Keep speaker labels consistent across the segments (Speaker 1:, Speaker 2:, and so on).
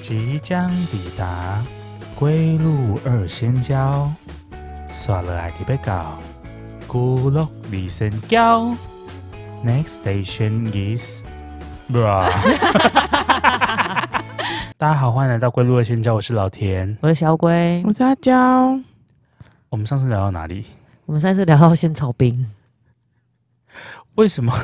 Speaker 1: 即将抵达归路二仙交，刷了爱迪贝高，孤落二仙交。Next station is bra。大家好，欢迎来到归路二仙交，我是老田。
Speaker 2: 我是小龟。
Speaker 3: 我是阿娇，
Speaker 1: 我们上次聊到哪里？
Speaker 2: 我们上次聊到仙草冰，
Speaker 1: 为什么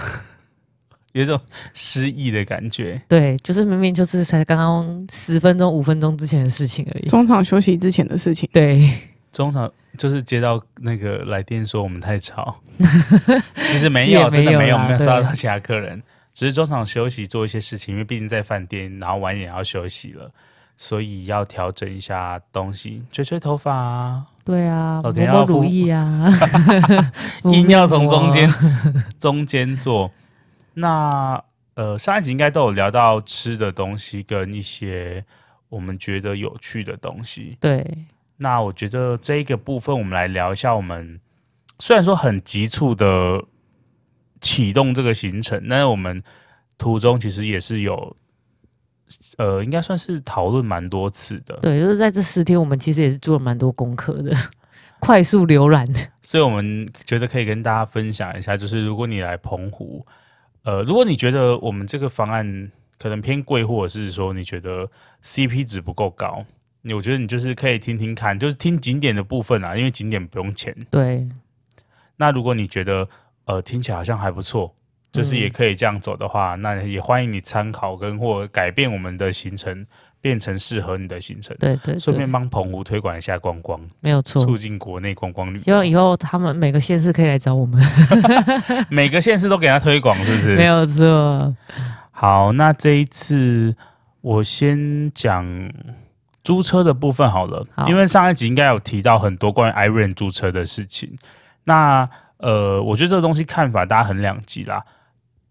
Speaker 1: 有一种失忆的感觉？
Speaker 2: 对，就是明明就是才刚刚十分钟、五分钟之前的事情而已。
Speaker 3: 中场休息之前的事情。
Speaker 2: 对，
Speaker 1: 中场就是接到那个来电说我们太 吵，其实没有，
Speaker 2: 是也
Speaker 1: 真
Speaker 2: 没有
Speaker 1: 的没有，
Speaker 2: 啦
Speaker 1: 没有
Speaker 2: 对
Speaker 1: 骚扰到其他客人，只是中场休息做一些事情，因为毕竟在饭店，然后晚一点要休息了，所以要调整一下东西，吹吹头发啊，
Speaker 2: 对啊，
Speaker 1: 老
Speaker 2: 摸
Speaker 1: 田要
Speaker 2: 摸
Speaker 1: 付
Speaker 2: 如意啊，敷
Speaker 1: 硬
Speaker 2: 面
Speaker 1: 要从
Speaker 2: 膜啊
Speaker 1: 中间 中间做。那呃，上一集应该都有聊到吃的东西跟一些我们觉得有趣的东西，
Speaker 2: 对，
Speaker 1: 那我觉得这一个部分，我们来聊一下我们虽然说很急促的启动这个行程，但是我们途中其实也是有，呃，应该算是讨论蛮多次的，
Speaker 2: 对，就是在这十天，我们其实也是做了蛮多功课的， 快速浏览。
Speaker 1: 所以我们觉得可以跟大家分享一下，就是如果你来澎湖，呃，如果你觉得我们这个方案可能偏贵，或者是说你觉得 CP 值不够高，你我觉得你就是可以听听看，就是听景点的部分啊，因为景点不用钱。
Speaker 2: 对，
Speaker 1: 那如果你觉得呃听起来好像还不错，就是
Speaker 2: 嗯
Speaker 1: 也可以这样走的话，那也欢迎你参考跟或改变我们的行程，变成适合你的行程。
Speaker 2: 对对
Speaker 1: 顺
Speaker 2: 对
Speaker 1: 便，帮澎湖推广一下观光，
Speaker 2: 没有错。
Speaker 1: 促进国内观光旅游。
Speaker 2: 希望以后他们每个县市可以来找我们，
Speaker 1: 每个县市都给他推广，是不是？
Speaker 2: 没。有错。
Speaker 1: 好，那这一次我先讲租车的部分好了，
Speaker 2: 好
Speaker 1: 因为上一集应该有提到很多关于 Iron 租车的事情。那呃，我觉得这个东西看法大家很两极啦，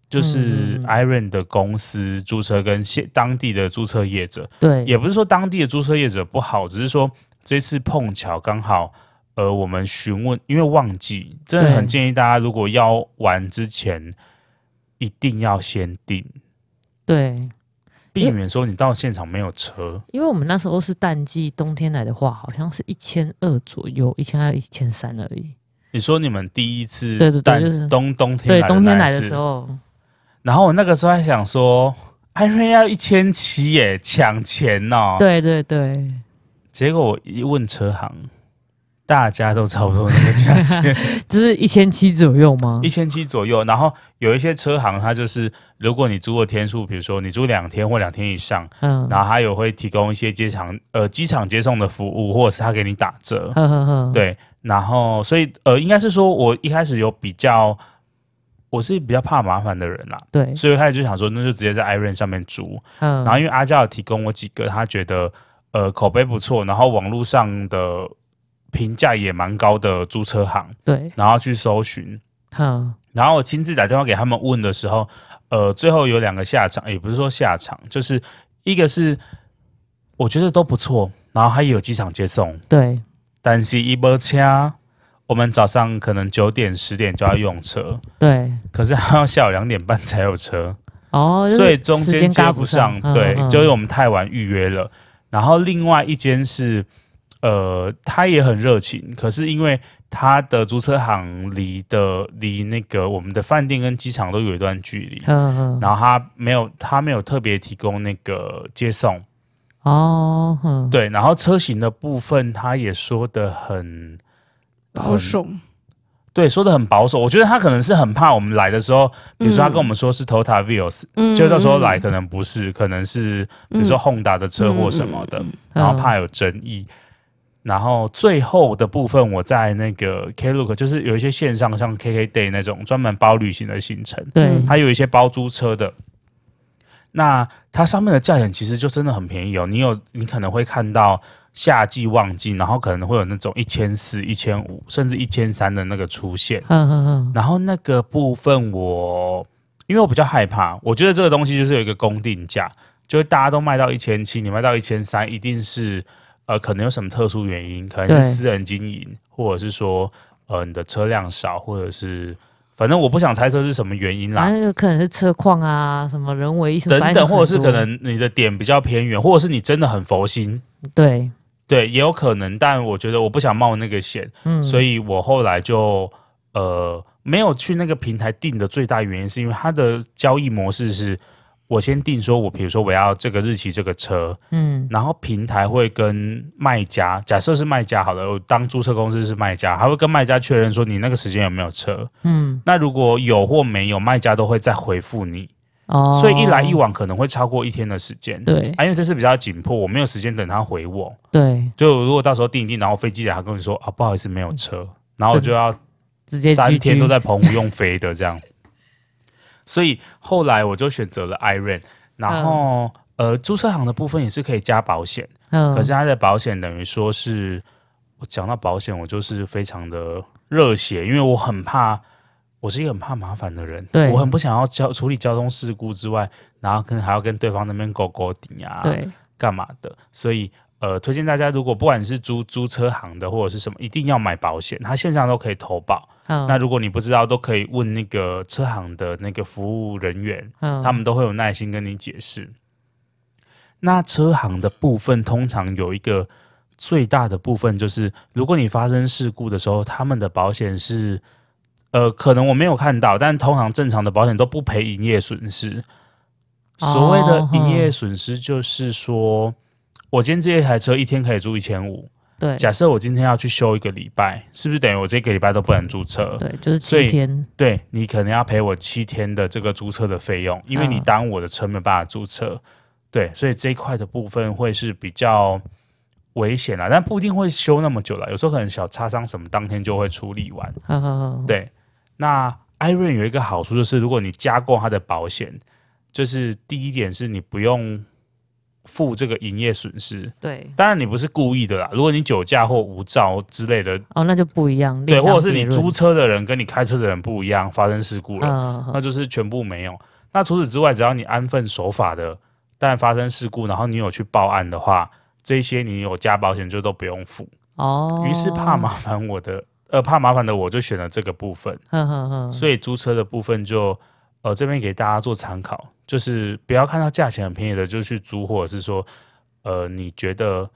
Speaker 1: 就是
Speaker 2: 嗯
Speaker 1: Iron 的公司租车跟现当地的租车业者，
Speaker 2: 对，
Speaker 1: 也不是说当地的租车业者不好，只是说这次碰巧刚好，呃，我们询问，因为旺季，真的
Speaker 2: 对
Speaker 1: 很建议大家如果要玩之前，一定要先订，
Speaker 2: 对，
Speaker 1: 避免说你到现场没有车。
Speaker 2: 因为我们那时候是淡季，冬天来的话，好像是一千二左右，一千二、一千三而已。
Speaker 1: 你说你们第一次
Speaker 2: 对对对
Speaker 1: 淡
Speaker 2: 就是
Speaker 1: 冬冬天
Speaker 2: 对，
Speaker 1: 来
Speaker 2: 冬天
Speaker 1: 那
Speaker 2: 来
Speaker 1: 一
Speaker 2: 的
Speaker 1: 次哦
Speaker 2: 时，候，
Speaker 1: 然后我那个时候还想说，艾瑞要一千七耶，抢钱哦。
Speaker 2: 对对对，
Speaker 1: 结果我一问车行，大家都差不多那个价钱。
Speaker 2: 就是一千七左右吗
Speaker 1: 一？千七左右。然后有一些车行，它就是如果你租的天数，比如说你租两天或两天以上，
Speaker 2: 嗯，
Speaker 1: 然后它有会提供一些机场呃机场接送的服务，或者是它给你打折。
Speaker 2: 呵呵呵，
Speaker 1: 对，然后所以呃，应该是说我一开始有比较，我是比较怕麻烦的人啦，
Speaker 2: 对，
Speaker 1: 所以我一开始就想说，那就直接在 Iron 上面租。
Speaker 2: 嗯，
Speaker 1: 然后因为阿娇有提供我几个，他觉得呃口碑不错，然后网络上的评价也蛮高的租车行，
Speaker 2: 对，
Speaker 1: 然后去搜寻，
Speaker 2: 嗯，
Speaker 1: 然后我亲自打电话给他们问的时候，呃，最后有两个下场，也不是说下场，就是一个是我觉得都不错，然后他也有机场接送，
Speaker 2: 对，
Speaker 1: 但是一波车，我们早上可能九点十点就要用车，
Speaker 2: 对，
Speaker 1: 可是他要下午两点半才有车，
Speaker 2: 哦，就是
Speaker 1: 所以中
Speaker 2: 时
Speaker 1: 间接
Speaker 2: 搭
Speaker 1: 不
Speaker 2: 上嗯
Speaker 1: 上，，对，就是
Speaker 2: 有
Speaker 1: 我们太晚预约了。然后另外一间是，呃，他也很热情，可是因为他的租车行离的离那个我们的饭店跟机场都有一段距离，
Speaker 2: 嗯嗯，
Speaker 1: 然后他没有他没有特别提供那个接送，
Speaker 2: 哦，嗯，
Speaker 1: 对，然后车型的部分他也说的很嗯
Speaker 3: 保守，
Speaker 1: 对，说的很保守。我觉得他可能是很怕我们来的时候，比如说他跟我们说是 Toyota Vios，、
Speaker 3: 嗯
Speaker 1: 就到时候来可能不是，可能是比如说 Honda 的车或什么的，
Speaker 3: 嗯嗯嗯
Speaker 2: 嗯
Speaker 1: 然后怕有争议。然后最后的部分，我在那个 Klook，就是有一些线上像 KKday 那种专门包旅行的行程，
Speaker 2: 对，
Speaker 1: 还有一些包租车的。那它上面的价钱其实就真的很便宜哦，你有你可能会看到夏季旺季，然后可能会有那种一千四、一千五，甚至一千三的那个出现。
Speaker 2: 嗯嗯嗯，
Speaker 1: 然后那个部分我，因为我比较害怕，我觉得这个东西就是有一个公定价，就是大家都卖到一千七，你卖到一千三，一定是呃可能有什么特殊原因，可能
Speaker 2: 对
Speaker 1: 是私人经营，或者是说呃你的车辆少，或者是反正我不想猜测是什么原因
Speaker 2: 反
Speaker 1: 啦，
Speaker 2: 正有可能是车况啊，什么人为因素，
Speaker 1: 等
Speaker 2: 反正
Speaker 1: 等，
Speaker 2: 很
Speaker 1: 或者是可
Speaker 2: 多
Speaker 1: 能你的点比较偏远，或者是你真的很佛心，
Speaker 2: 对，
Speaker 1: 对，也有可能。但我觉得我不想冒那个险，
Speaker 2: 嗯，
Speaker 1: 所以我后来就呃没有去那个平台定的最大原因，是因为它的交易模式是。我先定说，我比如说我要这个日期这个车，
Speaker 2: 嗯
Speaker 1: 然后平台会跟卖家，假设是卖家好了，我当租车公司是卖家，还会跟卖家确认说你那个时间有没有车。
Speaker 2: 嗯
Speaker 1: 那如果有或没有，卖家都会再回复你，
Speaker 2: 哦，
Speaker 1: 所以一来一往可能会超过一天的时间。
Speaker 2: 对
Speaker 1: 啊，因为这次比较紧迫，我没有时间等他回我。
Speaker 2: 对，
Speaker 1: 就如果到时候订一订，然后飞机来，他跟你说啊，不好意思，没有车，然后我就要
Speaker 2: 直接
Speaker 1: 三
Speaker 2: GG
Speaker 1: 天都在澎湖用飞的这样。所以后来我就选择了 Iron，然后、呃，租车行的部分也是可以加保险。
Speaker 2: 嗯，
Speaker 1: 可是他的保险等于说是，我讲到保险，我就是非常的热血，因为我很怕，我是一个很怕麻烦的人，
Speaker 2: 对
Speaker 1: 我很不想要交处理交通事故之外，然后跟还要跟对方那边勾勾顶啊，，
Speaker 2: 对
Speaker 1: 干嘛的，所以。呃，推荐大家，如果不管是租租车行的或者是什么，一定要买保险，它线上都可以投保。
Speaker 2: 嗯
Speaker 1: 那如果你不知道，都可以问那个车行的那个服务人员，
Speaker 2: 嗯
Speaker 1: 他们都会有耐心跟你解释。那车行的部分通常有一个最大的部分，就是如果你发生事故的时候，他们的保险是，呃，可能我没有看到，但通常正常的保险都不赔营业损失。
Speaker 2: 哦
Speaker 1: 所谓的营业损失，就是说，我今天这一台车一天可以租一千五，
Speaker 2: 嗯对
Speaker 1: 假设我今天要去休一个礼拜，是不是等于我这个礼拜都不能租车？
Speaker 2: 对就是
Speaker 1: 所以
Speaker 2: 七天，
Speaker 1: 对你可能要赔我七天的这个租车的费用，因为你
Speaker 2: 嗯
Speaker 1: 当我的车没有办法租车，对，所以这一块的部分会是比较危险啦，但不一定会修那么久啦，有时候可能小擦伤什么，当天就会处理完。
Speaker 2: 呵呵呵，
Speaker 1: 对，那 Iron 有一个好处就是，如果你加购它的保险，就是第一点是你不用付这个营业损失，
Speaker 2: 对
Speaker 1: 当然你不是故意的啦，如果你酒驾或无照之类的。
Speaker 2: 哦，那就不一样，
Speaker 1: 对，
Speaker 2: 另
Speaker 1: 或
Speaker 2: 当
Speaker 1: 者是
Speaker 2: 别
Speaker 1: 你
Speaker 2: 论
Speaker 1: 租车的人跟你开车的人不一样，发生事故了，
Speaker 2: 嗯
Speaker 1: 那
Speaker 2: 哼
Speaker 1: 就是全部没有。那除此之外，只要你安分守法的，但发生事故，然后你有去报案的话，这些你有加保险就都不用付。
Speaker 2: 哦，
Speaker 1: 于是怕麻烦我的，呃，怕麻烦的我就选了这个部分。
Speaker 2: 呵呵呵，
Speaker 1: 所以租车的部分就，呃，这边给大家做参考，就是不要看到价钱很便宜的就去租，或者是说，呃，你觉得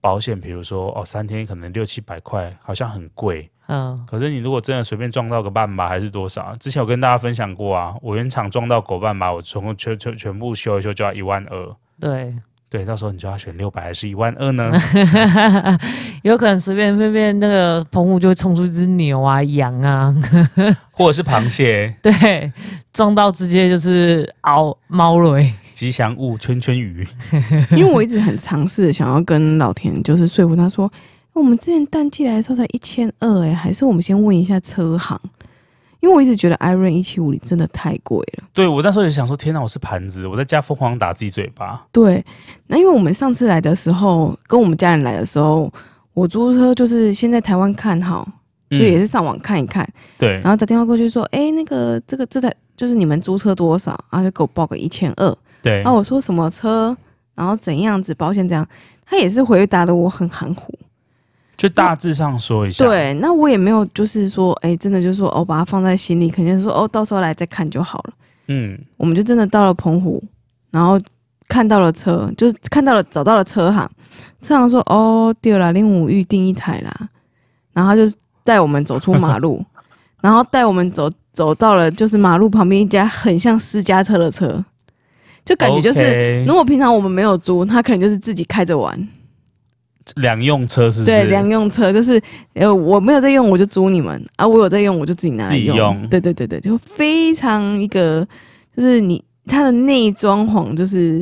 Speaker 1: 保险，比如说哦，三天可能六七百块，好像很贵，
Speaker 2: 嗯
Speaker 1: 可是你如果真的随便撞到个半吧，还是多少啊？之前有跟大家分享过啊，我原厂撞到狗半吧，我总共全全全部修一修就要一万二。
Speaker 2: 对，
Speaker 1: 对，到时候你就要选六百还是一万二 呢？
Speaker 2: 有可能随便便便那个澎湖就会冲出一只牛啊、羊啊，
Speaker 1: 或者是螃蟹、
Speaker 2: 对，撞到直接就是凹猫雷，
Speaker 1: 吉祥物、圈圈鱼？
Speaker 3: 嗯因为我一直很尝试想要跟老田就是说服他说，我们之前淡季来的时候才一千二哎，还是我们先问一下车行，因为我一直觉得 Iron 一七五零真的太贵了。
Speaker 1: 对我那时候也想说，天哪，我是盘子，我在家疯狂打自己嘴巴。
Speaker 3: 对，那因为我们上次来的时候，跟我们家人来的时候，我租车就是先在台湾看好，就也
Speaker 1: 嗯，
Speaker 3: 是上网看一看，
Speaker 1: 对
Speaker 3: 然后打电话过去说，哎、那个这个这台就是你们租车多少，然后就给我报个一千二，
Speaker 1: 对
Speaker 3: 啊然后我说什么车，然后怎样子保险怎样，他也是回答的我很含糊。
Speaker 1: 就大致上说一下。，
Speaker 3: 对，那我也没有就是说，哎、真的就是说，哦，把它放在心里，肯定说，哦，到时候来再看就好了。
Speaker 1: 嗯，
Speaker 3: 我们就真的到了澎湖，然后看到了车，就是看到了找到了车行，车行说，哦，对啦，零五预定一台啦，然后他就带我们走出马路， 然后带我们走走到了就是马路旁边一家很像私家车的车，就感觉就是。
Speaker 1: OK，
Speaker 3: 如果平常我们没有租，他可能就是自己开着玩，
Speaker 1: 两用车是不是？
Speaker 3: 对，两用车就是，呃，我没有在用，我就租你们啊；我有在用，我就自己拿来
Speaker 1: 自己
Speaker 3: 用。
Speaker 1: 用
Speaker 3: 对对对对，就非常一个，就是你它的内装潢，就是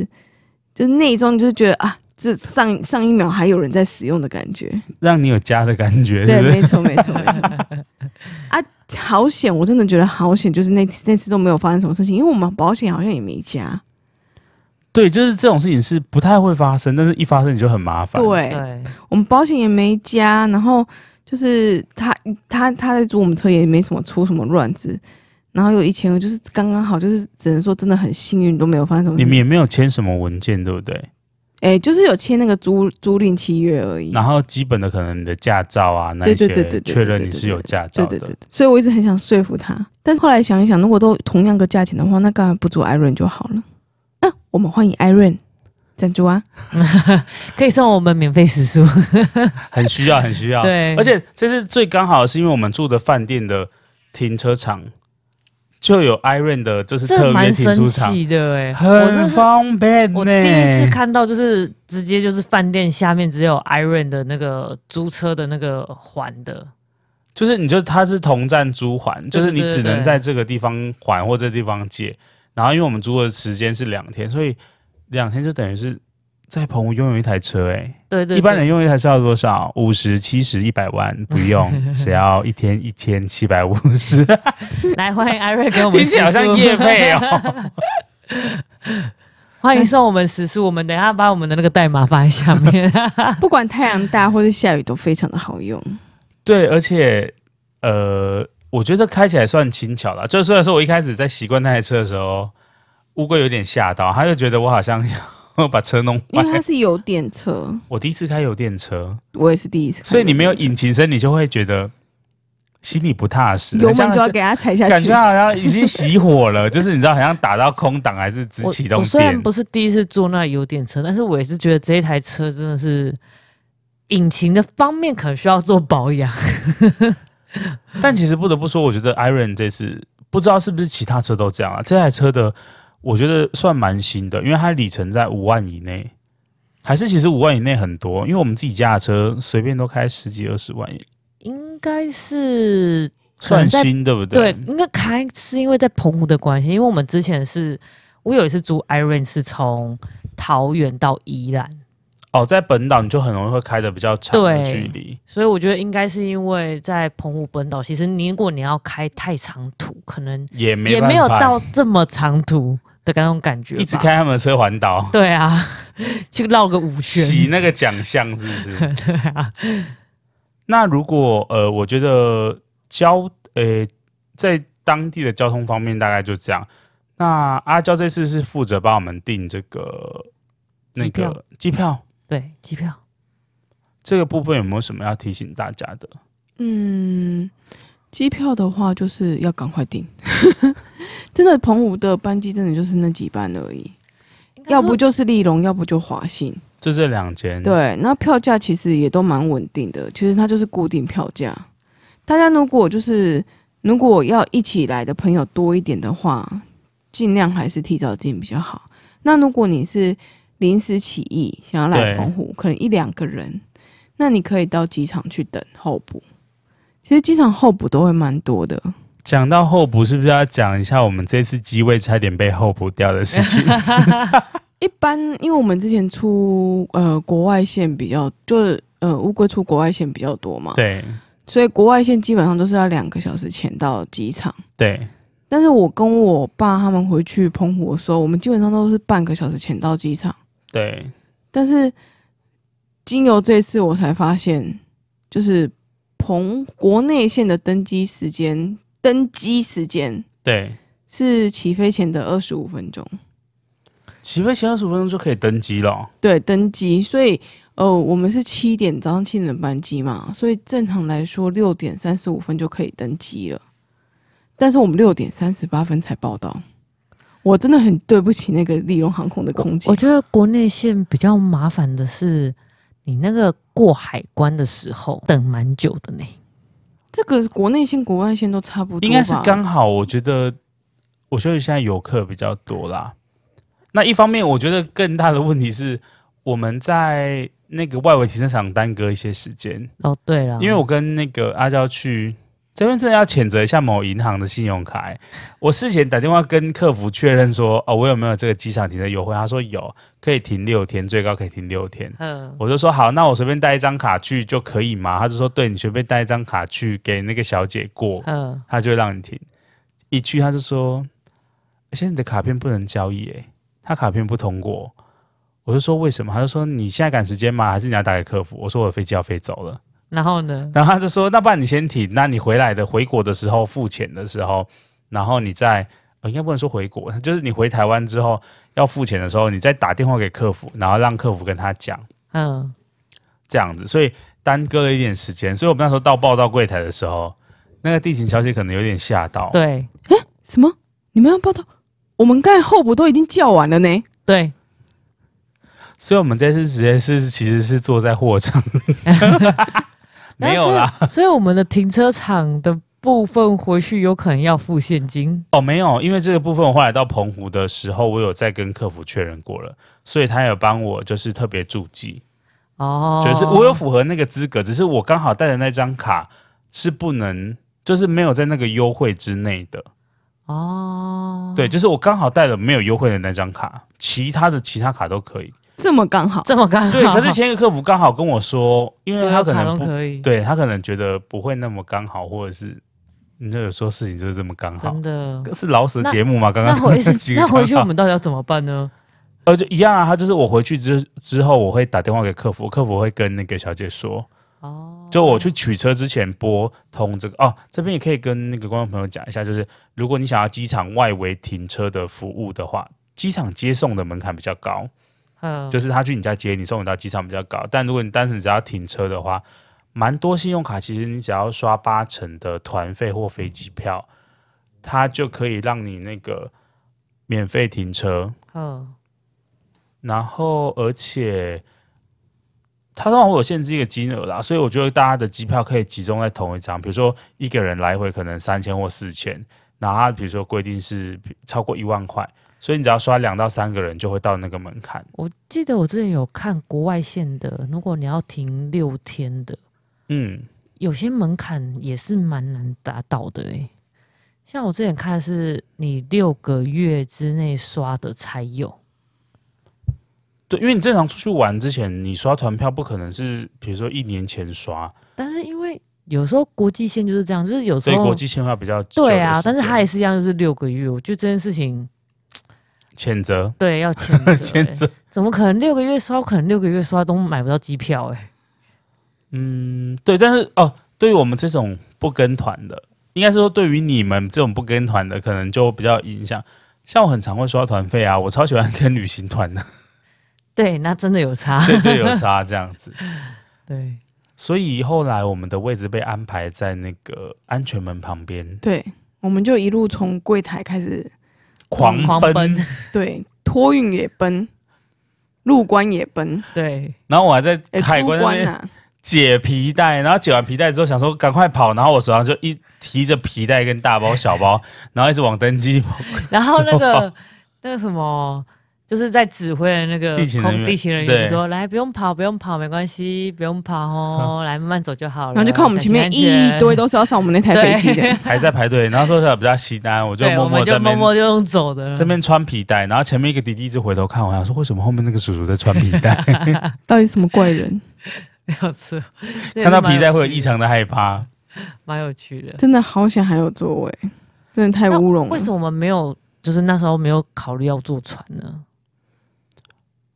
Speaker 3: 就是内装，就是觉得啊，这上上一秒还有人在使用的感 觉。
Speaker 1: 让你有家的感觉，是
Speaker 3: 对，
Speaker 1: 不是？
Speaker 3: 没错没错没错。啊，好险！我真的觉得好险，就是那那次都没有发生什么事情，因为我们保险好像也没加。
Speaker 1: 对，就是这种事情是不太会发生，但是一发生你就很麻烦。
Speaker 3: 对，
Speaker 2: 对，
Speaker 3: 我们保险也没加，然后就是他他他在租我们车也没什么出什么乱子，然后有一千个就是刚刚好，就是只能说真的很幸运都没有发生什么
Speaker 1: 你
Speaker 3: 事
Speaker 1: 们
Speaker 3: 情。
Speaker 1: 也没有签什么文件，对不对？
Speaker 3: 哎、就是有签那个租租赁契约而已。
Speaker 1: 然后基本的可能你的驾照啊那一
Speaker 3: 对
Speaker 1: 些
Speaker 3: 对对对对对
Speaker 1: 确认你是有驾
Speaker 3: 对
Speaker 1: 照
Speaker 3: 对
Speaker 1: 的
Speaker 3: 对对，所以我一直很想说服他，但是后来想一想，如果都同样个价钱的话，那干嘛不做 Iron 就好了？啊，我们欢迎 Iron 赞助啊！
Speaker 2: 可以送我们免费食宿。
Speaker 1: 很需要很需要。
Speaker 2: 对，
Speaker 1: 而且这次最刚好的是因为我们住的饭店的停车场就有 Iron 的，就是
Speaker 2: 这
Speaker 1: 特别
Speaker 2: 蛮
Speaker 1: 停
Speaker 2: 神
Speaker 1: 出场，
Speaker 2: 奇的哎、我
Speaker 1: 很
Speaker 2: 真
Speaker 1: 欸
Speaker 2: 是
Speaker 1: 方便呢、
Speaker 2: 我第一次看到，就是直接就是饭店下面只有 Iron 的那个租车的那个环的，
Speaker 1: 就是你就它是同站租还，就是你
Speaker 2: 对对
Speaker 1: 只能
Speaker 2: 对
Speaker 1: 在这个地方还或这地方借。然后因为我们租的时间是两天，所以两天就等于是在澎湖拥有一台车、欸，
Speaker 2: 对对
Speaker 1: 一般人用一台车要多少？五十、七十、一百万，不用，只要一天一千七百五十，
Speaker 2: 对来欢迎 Iron 给我 们
Speaker 1: 听起来好
Speaker 2: 食宿
Speaker 1: 像业配哦。
Speaker 2: 欢迎送我们食宿，我们等一下把我们的那个代码放在下 面。
Speaker 1: 啊
Speaker 3: 不管太阳大或是下雨，都非常的好用。
Speaker 1: 对，而且呃，我觉得开起来算轻巧了。就虽然说我一开始在习惯那台车的时候，乌龟有点吓到，他就觉得我好像要把车弄
Speaker 3: 因
Speaker 1: 坏
Speaker 3: 为。它是油电车，
Speaker 1: 我第一次开油电车，
Speaker 3: 我也是第一次开油电车，
Speaker 1: 所以你没有引擎声，你就会觉得心里不踏实，
Speaker 3: 油
Speaker 1: 很像
Speaker 3: 门就要
Speaker 1: 是
Speaker 3: 给它踩下去，
Speaker 1: 感觉好像已经熄火了， 就是你知道，好像打到空档还是只
Speaker 2: 我
Speaker 1: 启动
Speaker 2: 我虽然
Speaker 1: 电。
Speaker 2: 不是第一次坐那有点车，但是我也是觉得这一台车真的是引擎的方面可能需要做保养。
Speaker 1: 但其实不得不说，我觉得 Iron 这次不知道是不是其他车都这样啊？这台车的我觉得算蛮新的，因为它里程在五万以内，还是其实五万以内很多，因为我们自己家的车随便都开十几二十万，
Speaker 2: 应该是可
Speaker 1: 算
Speaker 2: 能在
Speaker 1: 新对不对？
Speaker 2: 对，应该开是因为在澎湖的关系，因为我们之前是我有一次租 Iron 是从桃园到宜兰，
Speaker 1: 哦，在本岛你就很容易会开的比较长的
Speaker 2: 对
Speaker 1: 距离，
Speaker 2: 所以我觉得应该是因为在澎湖本岛，其实你如果你要开太长途，可能
Speaker 1: 也没
Speaker 2: 也
Speaker 1: 办
Speaker 2: 没有
Speaker 1: 法
Speaker 2: 到这么长途的那种感觉吧，
Speaker 1: 一直开他们的车环岛，
Speaker 2: 对啊， 去绕个五圈，
Speaker 1: 洗那个奖项是不是？
Speaker 2: 对啊，
Speaker 1: 那如果呃，我觉得交呃，在当地的交通方面大概就这样。那阿娇这次是负责帮我们订这个那
Speaker 2: 机票
Speaker 1: 个机票
Speaker 2: 对，机票。
Speaker 1: 这个部分有没有什么要提醒大家的？
Speaker 3: 嗯，机票的话就是要赶快订， 真的澎湖的班机真的就是那几班而已，要不就是丽龙，要不就华信。
Speaker 1: 就这两间，，
Speaker 3: 对，那票价其实也都蛮稳定的，其实它就是固定票价。大家如果就是如果要一起来的朋友多一点的话，尽量还是提早进比较好。那如果你是临时起意想要来
Speaker 1: 对
Speaker 3: 澎湖，可能一两个人，那你可以到机场去等候补。其实机场候补都会蛮多的，
Speaker 1: 讲到候补，是不是要讲一下我们这次机位差点被候补掉的事情？
Speaker 3: 一般因为我们之前出呃国外线比较，就是呃乌龟出国外线比较多嘛，
Speaker 1: 对
Speaker 3: 所以国外线基本上都是要两个小时前到机场。
Speaker 1: 对，
Speaker 3: 但是我跟我爸他们回去澎湖的时候，我们基本上都是半个小时前到机场。
Speaker 1: 对，
Speaker 3: 但是经由这次，我才发现，就是澎国内线的登机时间，登机时间
Speaker 1: 对，
Speaker 3: 是起飞前的二十五分钟。
Speaker 1: 起飞前二十分钟就可以登机了哦。
Speaker 3: 对，登机，所以呃，我们是七点早上七点的班机嘛，所以正常来说六点三十五分就可以登机了，但是我们六点三十八分才报到，我真的很对不起那个丽荣航空的空姐
Speaker 2: 我，觉得国内线比较麻烦的是，你那个过海关的时候等蛮久的呢。
Speaker 3: 这个国内线、国外线都差不多吧，
Speaker 1: 应该是刚好，我觉得，我觉得现在游客比较多啦。那一方面，我觉得更大的问题是，我们在那个外围停车场耽搁一些时间，
Speaker 2: 哦，对了，
Speaker 1: 因为我跟那个阿娇去这边，真的要谴责一下某银行的信用卡、欸我事前打电话跟客服确认说，哦，我有没有这个机场停车优惠？他说有，可以停六天，最高可以停六天。
Speaker 2: 嗯，
Speaker 1: 我就说好，那我随便带一张卡去就可以吗？他就说对，你随便带一张卡去给那个小姐过。
Speaker 2: 嗯，
Speaker 1: 他就会让你停。一去他就说：“哎现在你的卡片不能交易、欸，他卡片不通过。”我就说为什么？他就说你现在赶时间吗？还是你要打给客服？我说我的飞机要飞走了。
Speaker 2: 然后呢？
Speaker 1: 然后他就说那不然你先停，那你回来的回国的时候付钱的时候，然后你再呃应该不能说回国，就是你回台湾之后要付钱的时候，你再打电话给客服，然后让客服跟他讲
Speaker 2: 嗯，
Speaker 1: 这样子，所以耽搁了一点时间。所以我们那时候到报到柜台的时候，那个地勤小姐可能有点吓到，
Speaker 2: 对
Speaker 3: 什么？你们要报道？我们刚才候补都已经叫完了呢。
Speaker 2: 对，
Speaker 1: 所以我们这次直接是其实是坐在货场， 没有啦，
Speaker 2: 所以。所以我们的停车场的部分回去有可能要付现金。
Speaker 1: 哦，没有，因为这个部分我后来到澎湖的时候，我有再跟客服确认过了，所以他有帮我就是特别注记，
Speaker 2: 哦，
Speaker 1: 就是我有符合那个资格，只是我刚好带的那张卡是不能，就是没有在那个优惠之内的。
Speaker 2: 哦，
Speaker 1: 对，就是我刚好带了没有优惠的那张卡，其他的其他卡都可以。
Speaker 3: 这么刚好，
Speaker 2: 这么刚 好。
Speaker 1: 对，可是前一个客服刚好跟我说，因
Speaker 2: 所
Speaker 1: 为
Speaker 2: 有
Speaker 1: 他可
Speaker 2: 卡
Speaker 1: 能不，
Speaker 2: 通可以，
Speaker 1: 对他可能觉得不会那么刚好，或者是你知道有时候事情就是这么刚好
Speaker 2: 真。的。
Speaker 1: 是老舍
Speaker 2: 那
Speaker 1: 节目吗？刚刚
Speaker 2: 那回
Speaker 1: 几个
Speaker 2: 那回去
Speaker 1: 刚
Speaker 2: 我
Speaker 1: 好
Speaker 2: 们到底要怎么办呢？
Speaker 1: 呃，就一样啊。他就是我回去之之后，我会打电话给客服，客服会跟那个小姐说，
Speaker 2: 哦，
Speaker 1: 就我去取车之前拨通这个哦，这边也可以跟那个观众朋友讲一下，就是如果你想要机场外围停车的服务的话，机场接送的门槛比较高，
Speaker 2: 嗯，
Speaker 1: 就是他去你家接你，送你到机场比较高。但如果你单纯只要停车的话，蛮多信用卡其实你只要刷八成的团费或飞机票，它就可以让你那个免费停车。
Speaker 2: 嗯，
Speaker 1: 然后而且它通常会有限制一个金额啦，所以我觉得大家的机票可以集中在同一张，比如说一个人来回可能三千或四千，然后它比如说规定是超过一万块，所以你只要刷两到三个人就会到那个门槛。
Speaker 2: 我记得我之前有看国外线的，如果你要停六天的，
Speaker 1: 嗯，
Speaker 2: 有些门槛也是蛮难达到的诶、欸像我之前看是你六个月之内刷的才有，
Speaker 1: 对，因为你正常出去玩之前，你刷团票不可能是比如说一年前刷，
Speaker 2: 但是因为有时候国际线就是这样，就是有时
Speaker 1: 所以
Speaker 2: 候
Speaker 1: 国际线会比较久的
Speaker 2: 对啊
Speaker 1: 时，
Speaker 2: 但是
Speaker 1: 间
Speaker 2: 它也是一样，就是六个月。我觉得这件事情
Speaker 1: 谴责
Speaker 2: 对要谴责、
Speaker 1: 谴责
Speaker 2: 欸，怎么可能六个月刷？可能六个月刷都买不到机票欸诶、
Speaker 1: 嗯，对，但是哦，对于我们这种不跟团的，应该是说对于你们这种不跟团的，可能就比较有影响。像我很常会刷团费啊，我超喜欢跟旅行团的，
Speaker 2: 对，那真的有差。
Speaker 1: 这就有差这样子。
Speaker 2: 对，
Speaker 1: 所以后来我们的位置被安排在那个安全门旁边，
Speaker 3: 对，我们就一路从柜台开始，
Speaker 1: 狂奔，
Speaker 2: 嗯狂奔
Speaker 3: 对，托运也奔，入关也奔，
Speaker 2: 对，
Speaker 1: 然后我还在
Speaker 2: 呃
Speaker 3: 哎、
Speaker 1: 海
Speaker 3: 出
Speaker 1: 关那
Speaker 3: 关
Speaker 1: 边
Speaker 3: 啊，
Speaker 1: 解皮带，然后解完皮带之后想说赶快跑，然后我手上就一提着皮带跟大包小 包，然后一直往登机
Speaker 2: 然后那 个那个什么，就是在指挥的那个
Speaker 1: 地勤人员
Speaker 2: 空地勤人
Speaker 1: 对
Speaker 2: 员说：“来，不用跑，不用跑，没关系，不用跑哦，
Speaker 1: 嗯
Speaker 2: 来慢慢走就好了。”
Speaker 3: 然后就看我们前面一堆都是要上我们那台飞机 的，
Speaker 1: 还在排队，然后说想比较西单，我就
Speaker 2: 对，
Speaker 1: 默
Speaker 2: 我
Speaker 1: 默
Speaker 2: 们
Speaker 1: 在那
Speaker 2: 就默
Speaker 1: 边
Speaker 2: 默就用走的了
Speaker 1: 这边穿皮带，然后前面一个弟弟一直回头看我，我想说为什么后面那个叔叔在穿皮 带？
Speaker 3: 到底什么怪人？
Speaker 2: 没有错，
Speaker 1: 看到皮带会有异
Speaker 2: 常。
Speaker 1: 常的害怕。
Speaker 2: 蛮有趣的。
Speaker 3: 真的好想还有座位，真的太乌龙了。
Speaker 2: 为什么我们没有？就是那时候没有考虑要坐船呢？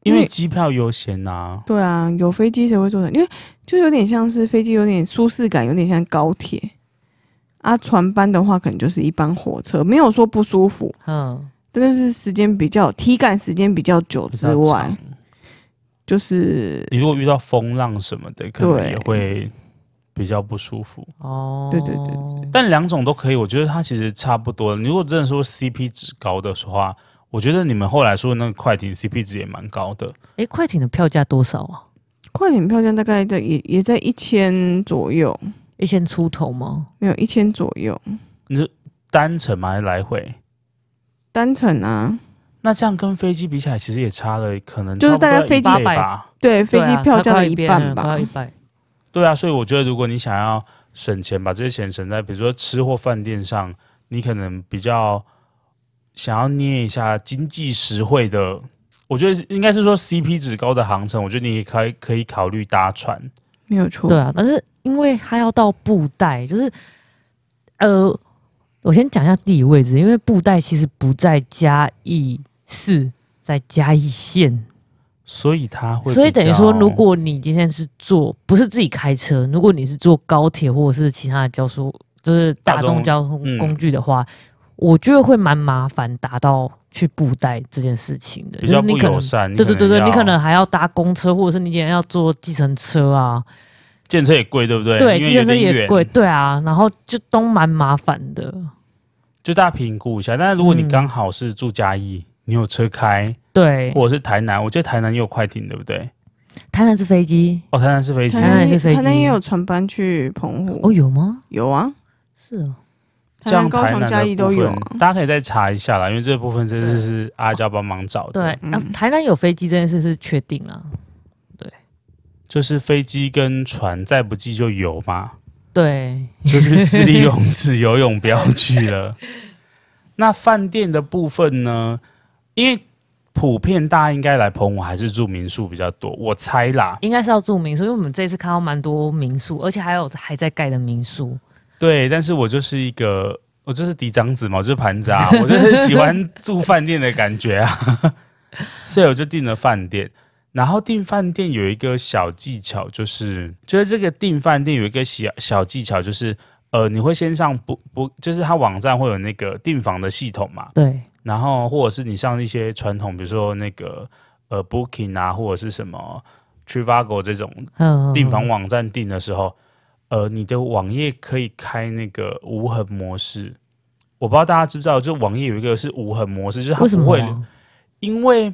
Speaker 1: 因为机票优先呐、
Speaker 3: 对啊，有飞机谁会坐船？因为就有点像是飞机，有点舒适感，有点像高铁。啊，船班的话可能就是一般火车，没有说不舒服，
Speaker 2: 嗯，
Speaker 3: 但就是时间比较体感时间比较久
Speaker 1: 比较
Speaker 3: 之
Speaker 1: 长
Speaker 3: 外，就是
Speaker 1: 你如果遇到风浪什么的，可能
Speaker 3: 对
Speaker 1: 也会比较不舒服。
Speaker 2: 哦，
Speaker 3: 对对对
Speaker 2: 对
Speaker 1: 但两种都可以，我觉得它其实差不多。你如果真的说 CP 值高的话，我觉得你们后来说的那个快艇 CP 值也蛮高的。
Speaker 2: 哎，快艇的票价多少啊？
Speaker 3: 快点票价大概在也也在一千左右，
Speaker 2: 一千出头吗？
Speaker 3: 没有一千左右
Speaker 1: 单程嘛，还是来回？
Speaker 3: 单程啊。
Speaker 1: 那这样跟飞机比起来，其实也差了，可能
Speaker 3: 就
Speaker 1: 差
Speaker 3: 是
Speaker 1: 不多
Speaker 3: 大概飞机
Speaker 1: 一倍吧。
Speaker 3: 对，飞机
Speaker 2: 对啊
Speaker 3: 票
Speaker 2: 差
Speaker 3: 价
Speaker 2: 快
Speaker 3: 的
Speaker 2: 一
Speaker 3: 一
Speaker 2: 边
Speaker 3: 半
Speaker 2: 了快
Speaker 3: 吧
Speaker 2: 要一。半。
Speaker 1: 对啊，所以我觉得如果你想要省钱，把这些钱省在比如说吃或饭店上，你可能比较想要捏一下经济实惠的，我觉得应该是说 CP 值高的航程，我觉得你也可以可以考虑搭船。
Speaker 3: 没有错。
Speaker 2: 对啊，但是因为它要到布袋，就是呃，我先讲一下地理位置，因为布袋其实不在嘉义市，在嘉义县。
Speaker 1: 所以它会比较，
Speaker 2: 所以等于说，如果你今天是坐不是自己开车，如果你是坐高铁或者是其他的交通，就是大
Speaker 1: 大众嗯
Speaker 2: 众交通工具的话，我觉得会蛮麻烦达到去布袋这件事情的，
Speaker 1: 比较
Speaker 2: 就是
Speaker 1: 不
Speaker 2: 你可
Speaker 1: 友
Speaker 2: 能。
Speaker 1: 善。
Speaker 2: 对对对对，你可
Speaker 1: 要
Speaker 2: 能还要搭公车，或者是你今天要坐计程车啊，
Speaker 1: 建车也贵，对不对？
Speaker 2: 对，
Speaker 1: 因
Speaker 2: 计
Speaker 1: 为有
Speaker 2: 程车
Speaker 1: 点
Speaker 2: 也
Speaker 1: 远。
Speaker 2: 贵，对啊，然后就都蛮麻烦的，
Speaker 1: 就大家评估一下。但是如果你
Speaker 2: 嗯
Speaker 1: 刚好是住嘉义，你有车开，
Speaker 2: 对，
Speaker 1: 或者是台南，我觉得台南也有快艇，对不对？
Speaker 2: 台南是飞机，
Speaker 1: 哦，台南是飞机
Speaker 3: 台
Speaker 2: 台，南
Speaker 3: 南
Speaker 2: 也是飞机
Speaker 3: 台南也有船班去澎湖，
Speaker 2: 哦，有吗？
Speaker 3: 有啊，
Speaker 2: 是哦，
Speaker 1: 这
Speaker 3: 台
Speaker 1: 样
Speaker 3: 南、高
Speaker 1: 台南
Speaker 3: 雄、
Speaker 1: 的
Speaker 3: 嘉义
Speaker 1: 部
Speaker 3: 都有
Speaker 1: 分
Speaker 3: 啊。
Speaker 1: 大家可以再查一下啦，因为这部分真的是阿娇帮忙找的。
Speaker 2: 对，，
Speaker 3: 嗯
Speaker 2: 啊，台南有飞机这件事是确定了，
Speaker 1: 就是飞机跟船再不济就游嘛，
Speaker 2: 对，
Speaker 1: 就去私立泳池游泳，不要去了。那饭店的部分呢？因为普遍大家应该来澎湖还是住民宿比较多，我猜啦。
Speaker 2: 应该是要住民宿，因为我们这次看到蛮多民宿，而且还有还在盖的民宿，
Speaker 1: 对，但是我就是一个，我就是嫡长子嘛，我就是盘子啊，我就是喜欢住饭店的感觉啊， 所以我就订了饭店。然后订饭店有一个小技巧，就是就是这个订饭店有一个小小技巧，就是呃，你会先上不不，就是它网站会有那个订房的系统嘛，
Speaker 2: 对，
Speaker 1: 然后或者是你上一些传统，比如说那个呃 Booking 啊，或者是什么 Trivago 这种
Speaker 2: 嗯，
Speaker 1: 订房网站订的时候，呃，你的网页可以开那个无痕模式。我不知道大家知不知道，就网页有一个是无痕模式，就是它
Speaker 2: 为什
Speaker 1: 不
Speaker 2: 么
Speaker 1: 会，
Speaker 2: 啊？
Speaker 1: 因为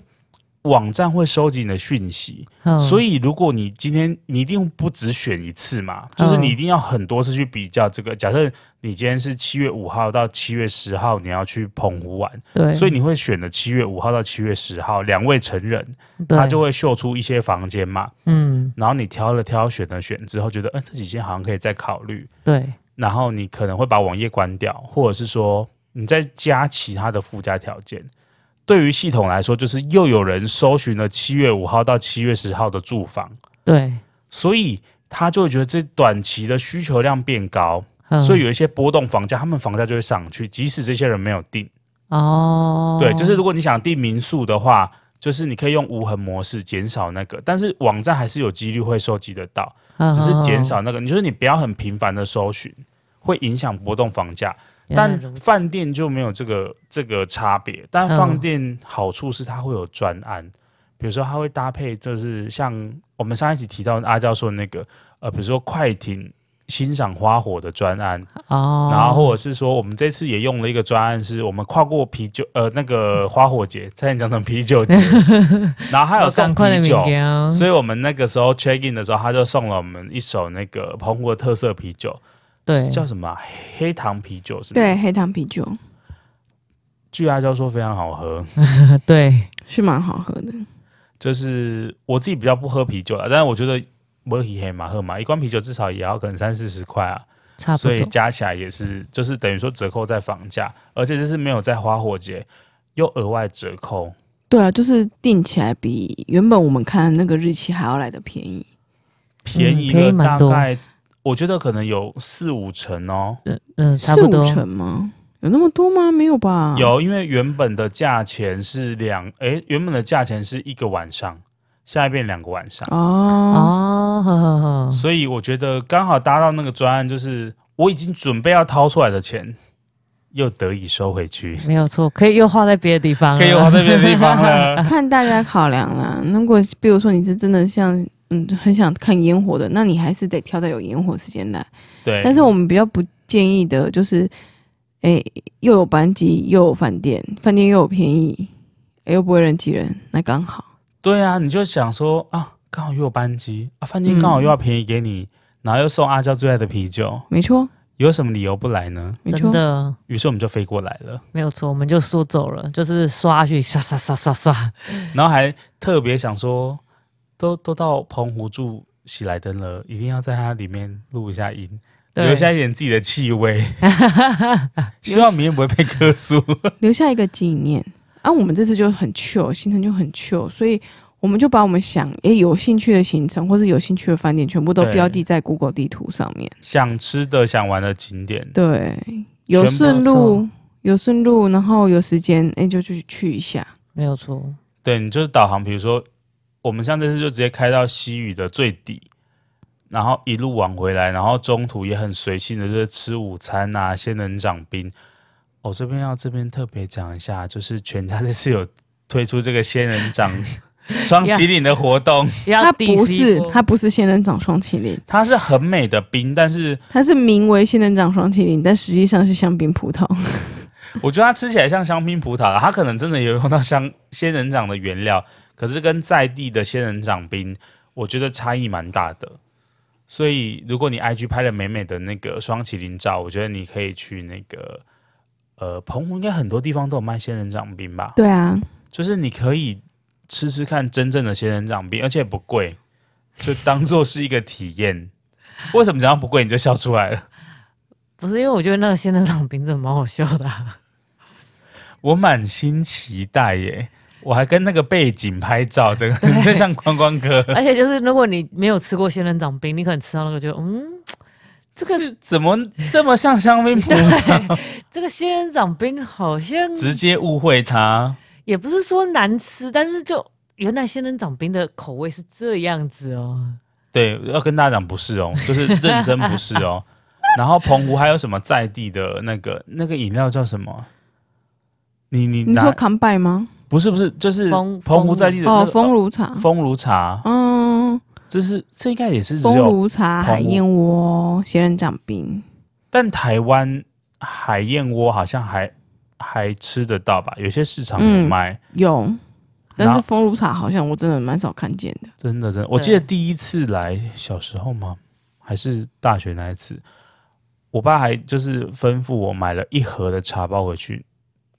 Speaker 1: 网站会收集你的讯息，
Speaker 2: 嗯
Speaker 1: 所以如果你今天你一定不只选一次
Speaker 2: 嗯
Speaker 1: 嘛，就是你一定要很多次去比较这个。假设你今天是七月五号到七月十号你要去澎湖玩，
Speaker 2: 对，
Speaker 1: 所以你会选的七月五号到七月十号两位成人，
Speaker 2: 对
Speaker 1: 他就会秀出一些房间嘛，
Speaker 2: 嗯，
Speaker 1: 然后你挑了挑选了选之后，觉得嗯、呃这几间好像可以再考虑，
Speaker 2: 对，
Speaker 1: 然后你可能会把网页关掉，或者是说你再加其他的附加条件。对于系统来说，就是又有人搜寻了七月五号到七月十号的住房，
Speaker 2: 对，
Speaker 1: 所以他就会觉得这短期的需求量变高，
Speaker 2: 嗯
Speaker 1: 所以有一些波动房价，他们房价就会上去，即使这些人没有订。
Speaker 2: 哦，
Speaker 1: 对，就是如果你想订民宿的话，就是你可以用无痕模式减少那个，但是网站还是有几率会收集得到，
Speaker 2: 嗯
Speaker 1: 只是减
Speaker 2: 嗯
Speaker 1: 少那个。你就是你不要很频繁的搜寻，会影响波动房价。
Speaker 2: 原来
Speaker 1: 但
Speaker 2: 如此
Speaker 1: 饭店就没有这个这个差别，但
Speaker 2: 嗯
Speaker 1: 饭店好处是它会有专案，比如说它会搭配，就是像我们上一集提到阿教说的那个，呃，比如说快艇欣赏花火的专案，
Speaker 2: 哦，
Speaker 1: 然后或者是说，我们这次也用了一个专案，是我们跨过啤酒呃那个花火节，差点讲成啤酒 节，然后还有
Speaker 2: 我
Speaker 1: 送
Speaker 2: 哦赶快
Speaker 1: 啤酒
Speaker 2: 的啊明，天
Speaker 1: 所以我们那个时候 check in 的时候，他就送了我们一手那个澎湖的特色啤酒，
Speaker 2: 对
Speaker 1: 是叫什么啊、黑糖啤酒是吗？，
Speaker 3: 对，黑糖啤酒
Speaker 1: 据阿娇说非常好喝，
Speaker 2: 对，
Speaker 3: 是蛮好喝的。
Speaker 1: 就是我自己比较不喝啤酒啦，但是我觉得我黑黑嘛喝嘛，一罐啤酒至少也要可能三四十块啊，
Speaker 2: 差不
Speaker 1: 所以
Speaker 2: 多，嗯
Speaker 1: 加起来也是，就是等于说折扣在房价，而且这是没有在花火节又额外折
Speaker 2: 嗯
Speaker 1: 扣，
Speaker 3: 对啊，就是订起来比原本我们看那个日期还要来的便宜。
Speaker 1: 便宜
Speaker 2: 便宜
Speaker 1: 了
Speaker 2: 蛮
Speaker 1: 大
Speaker 2: 多
Speaker 1: 概，我觉得可能有四五成哦。
Speaker 2: 嗯，差
Speaker 3: 四
Speaker 2: 不
Speaker 3: 五
Speaker 2: 多，
Speaker 3: 成吗？有那么多吗？没有
Speaker 2: 啊
Speaker 3: 吧？
Speaker 1: 有，因为原本的价钱是两，诶，原本的价钱是一个晚上，现在变两个晚上，
Speaker 3: 哦，
Speaker 2: 哦，呵呵呵，
Speaker 1: 所以我觉得刚好搭到那个专案，就是我已经准备要掏出来的钱，又得以收回去，
Speaker 2: 没有错，可以又花在别的地方了，
Speaker 1: 可以往这边的地方 了。
Speaker 3: 看大家考量啦。如果比如说你是真的像嗯很想看烟火的，那你还是得挑到有烟火时间来。
Speaker 1: 对，
Speaker 3: 但是我们比较不建议的就是，哎、又有班级又有饭店，饭店又有便宜，哎诶又不会人挤人，那刚好。
Speaker 1: 对啊，你就想说啊，刚好又有班机啊，饭店刚好又要便宜给你，然后又送阿娇最爱的啤酒，
Speaker 3: 没错，
Speaker 1: 有什么理由不来呢？
Speaker 3: 没
Speaker 2: 真
Speaker 3: 错，
Speaker 2: 的
Speaker 1: 于是我们就飞过来了，
Speaker 2: 没有错，我们就说走了，就是刷去刷刷刷刷刷，
Speaker 1: 然后还特别想说，都都到澎湖住喜来登了，一定要在它里面录一下音，
Speaker 2: 对
Speaker 1: 留下一点自己的气味，希望明天不会被 客诉。
Speaker 3: 留下一个纪念。啊，我们这次就很 chill，行程就很 chill，所以我们就把我们想诶、有兴趣的行程或是有兴趣的饭店，全部都
Speaker 1: 对
Speaker 3: 标记在 Google 地图上面。
Speaker 1: 想吃的、想玩的景点，
Speaker 3: 对，有
Speaker 1: 全部
Speaker 3: 顺
Speaker 2: 都
Speaker 3: 路
Speaker 2: 做，
Speaker 3: 有顺路，然后有时间，哎、就去去一下。
Speaker 2: 没有错，
Speaker 1: 对你就是导航，比如说我们像这次就直接开到西屿的最底，然后一路往回来，然后中途也很随性的，就是吃午餐啊，仙人掌冰。哦，这边要这边特别讲一下，就是全家这次有推出这个仙人掌 双麒麟的活动，
Speaker 2: 要
Speaker 3: 它
Speaker 2: DC
Speaker 3: 不是
Speaker 2: 波
Speaker 3: 它不是仙人掌双麒麟，
Speaker 1: 它是很美的冰，但是
Speaker 3: 它是名为仙人掌双麒麟，但实际上是香槟葡萄。
Speaker 1: 我觉得它吃起来像香槟葡萄啦，它可能真的有用到香仙人掌的原料，可是跟在地的仙人掌冰，我觉得差异蛮大的。所以如果你 IG 拍了美美的那个双麒麟照，我觉得你可以去那个呃澎湖，应该很多地方都有卖仙人掌冰吧？
Speaker 3: 对啊，
Speaker 1: 就是你可以吃吃看真正的仙人掌冰，而且不贵，就当做是一个体验。为什么讲到不贵你就笑出来了？
Speaker 2: 不是因为我觉得那个仙人掌冰真的蛮好笑的啊、
Speaker 1: 我满心期待耶！我还跟那个背景拍照，这个 就像观光 客。
Speaker 2: 而且就是如果你没有吃过仙人掌冰，你可能吃到那个就嗯，这个
Speaker 1: 是怎么这么像香槟葡萄？
Speaker 2: 对，这个仙人掌冰好像
Speaker 1: 直接误会 它。
Speaker 2: 也不是说难吃，但是就原来仙人掌冰的口味是这样子哦。
Speaker 1: 对，要跟大家讲不是哦，就是认真不是哦。 然后澎湖还有什么在地的那个那个饮料叫什么？你你
Speaker 3: 你
Speaker 1: 拿
Speaker 3: 说康拜吗？
Speaker 1: 不是不是，就是
Speaker 2: 风
Speaker 1: 澎湖
Speaker 2: 风
Speaker 1: 在地的那
Speaker 3: 哦，
Speaker 1: 个
Speaker 3: 风炉茶，
Speaker 1: 风炉茶，
Speaker 3: 嗯，
Speaker 1: 这是这应该也是只哦
Speaker 3: 风
Speaker 1: 有，
Speaker 3: 炉茶、
Speaker 1: 澎湖
Speaker 3: 海燕窝、仙人掌冰，
Speaker 1: 但台湾海燕窝好像还还吃得到吧？有些市场有
Speaker 3: 嗯
Speaker 1: 卖，
Speaker 3: 有，
Speaker 1: 然
Speaker 3: 但
Speaker 1: 后
Speaker 3: 是风炉茶好像我真的蛮少看见的。
Speaker 1: 真的真的，我记得第一次来小时候吗？还是大学那一次？我爸还就是吩咐我买了一盒的茶包回去，